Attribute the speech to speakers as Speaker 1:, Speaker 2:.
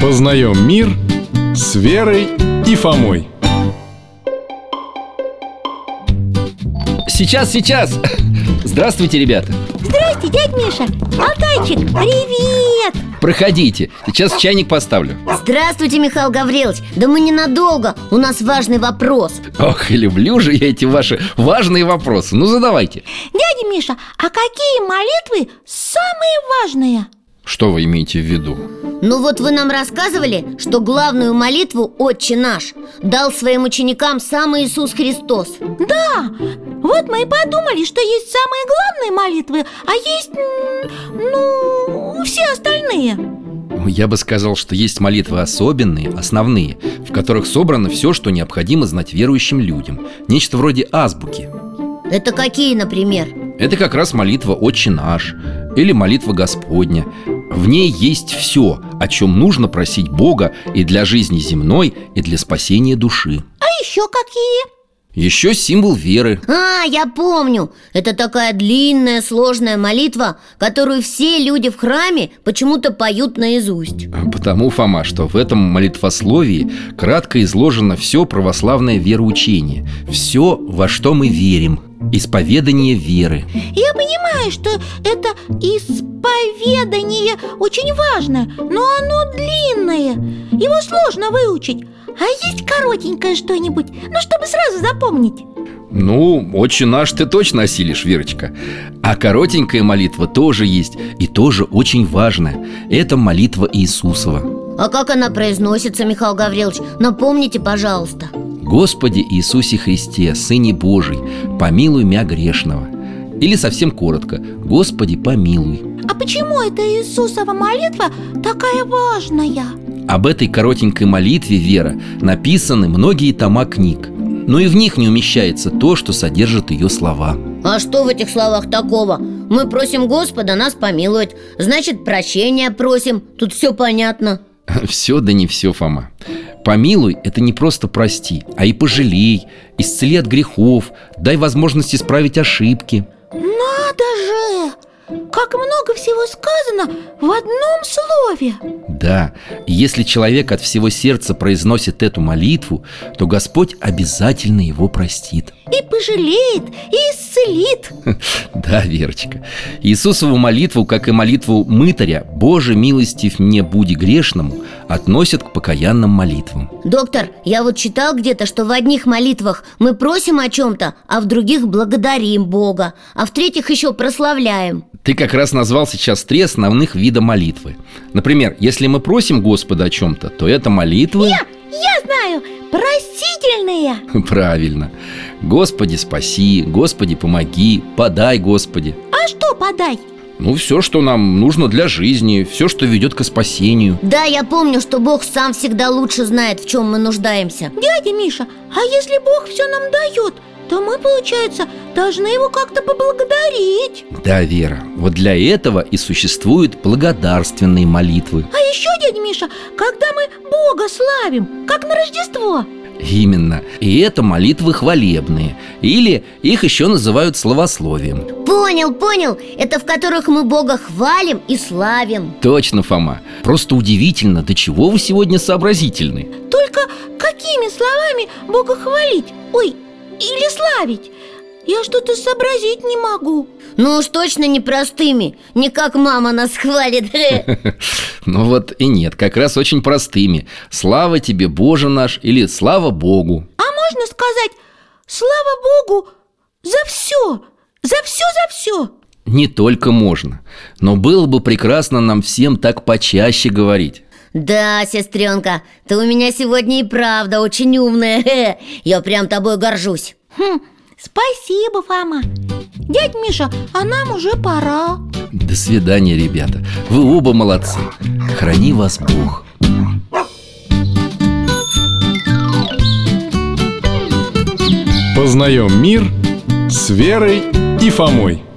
Speaker 1: Познаем мир с Верой и Фомой.
Speaker 2: Сейчас, сейчас! Здравствуйте, ребята!
Speaker 3: Здрасте, дядь Миша! Алтайчик, привет!
Speaker 2: Проходите, сейчас чайник поставлю
Speaker 4: Здравствуйте, Михаил Гаврилович Да мы ненадолго, у нас важный вопрос
Speaker 2: Ох, и люблю же я эти ваши важные вопросы Ну, задавайте
Speaker 3: Дядя Миша, а какие молитвы самые важные?
Speaker 2: Что вы имеете в виду?
Speaker 4: Ну вот вы нам рассказывали, что главную молитву «Отче наш» дал своим ученикам сам Иисус Христос
Speaker 3: Да, вот мы и подумали, что есть самые главные молитвы, а есть, м, ну, все остальные
Speaker 2: Я бы сказал, что есть молитвы особенные, основные В которых собрано все, что необходимо знать верующим людям Нечто вроде азбуки
Speaker 4: Это какие, например?
Speaker 2: Это как раз молитва «Отче наш» или молитва Господня В ней есть все, о чем нужно просить Бога и для жизни земной, и для спасения души
Speaker 3: А еще какие?
Speaker 2: Еще символ веры
Speaker 4: А, я помню, это такая длинная сложная молитва, которую все люди в храме почему-то поют наизусть
Speaker 2: Потому, Фома, что в этом молитвословии кратко изложено все православное вероучение Все, во что мы верим Исповедание веры
Speaker 3: Я понимаю, что это исповедание очень важно, но оно длинное Его сложно выучить А есть коротенькое что-нибудь, ну, чтобы сразу запомнить?
Speaker 2: Ну, отче наш ты точно осилишь, Верочка А коротенькая молитва тоже есть И тоже очень важная Это молитва Иисусова
Speaker 4: А как она произносится, Михаил Гаврилович? Напомните, пожалуйста
Speaker 2: Господи Иисусе Христе, Сыне Божий, помилуй мя грешного Или совсем коротко Господи, помилуй
Speaker 3: А почему эта Иисусова молитва такая важная?
Speaker 2: Об этой коротенькой молитве Вера написаны многие тома книг, но и в них не умещается то, что содержит ее слова.
Speaker 4: А что в этих словах такого? Мы просим Господа нас помиловать Значит, прощения просим Тут все понятно
Speaker 2: Все да не все, Фома. Помилуй – это не просто прости, а и пожалей, исцели от грехов, дай возможность исправить ошибки.
Speaker 3: Надо же! Как много всего сказано в одном слове
Speaker 2: Да, и если человек от всего сердца произносит эту молитву, то Господь обязательно его простит.
Speaker 3: И пожалеет, и исцелит
Speaker 2: Да, Верочка. Иисусову молитву, как и молитву мытаря «Боже, милостив мне, буди грешному» относят к покаянным молитвам.
Speaker 4: Доктор, я вот читал где-то, что в одних молитвах мы просим о чем-то, а в других благодарим Бога, а в третьих еще прославляем.
Speaker 2: Ты как раз назвал сейчас три основных вида молитвы. Например, если мы просим Господа о чем-то, то это молитвы...
Speaker 3: Я, я знаю, простительные
Speaker 2: Правильно. Господи, спаси, Господи, помоги, подай, Господи.
Speaker 3: А что подай?
Speaker 2: Ну, все, что нам нужно для жизни, все, что ведет ко спасению.
Speaker 4: Да, я помню, что Бог сам всегда лучше знает, в чем мы нуждаемся.
Speaker 3: Дядя Миша, а если Бог все нам дает, то мы, получается, должны его как-то поблагодарить
Speaker 2: Да, Вера, вот для этого и существуют благодарственные молитвы.
Speaker 3: А еще, дядя Миша, когда мы Бога славим, как на Рождество
Speaker 2: Именно. И это молитвы хвалебные. Или их еще называют словословием.
Speaker 4: Понял, понял, это в которых мы Бога хвалим и славим.
Speaker 2: Точно, Фома. Просто удивительно, до чего вы сегодня сообразительны.
Speaker 3: Только какими словами Бога хвалить? Ой, или славить? Я что-то сообразить не могу
Speaker 4: Ну уж точно не простыми, не как мама нас хвалит.
Speaker 2: Ну вот и нет, как раз очень простыми. Слава тебе, Боже наш, или слава Богу.
Speaker 3: А можно сказать «Слава Богу за все, за все, за все»
Speaker 2: Не только можно. Но было бы прекрасно нам всем так почаще говорить.
Speaker 4: Да, сестренка, ты у меня сегодня и правда очень умная. Я прям тобой горжусь.
Speaker 3: Хм, спасибо, Фома Дядь Миша, а нам уже пора
Speaker 2: До свидания, ребята. Вы оба молодцы. Храни вас Бог.
Speaker 1: Познаем мир с Верой и Фомой.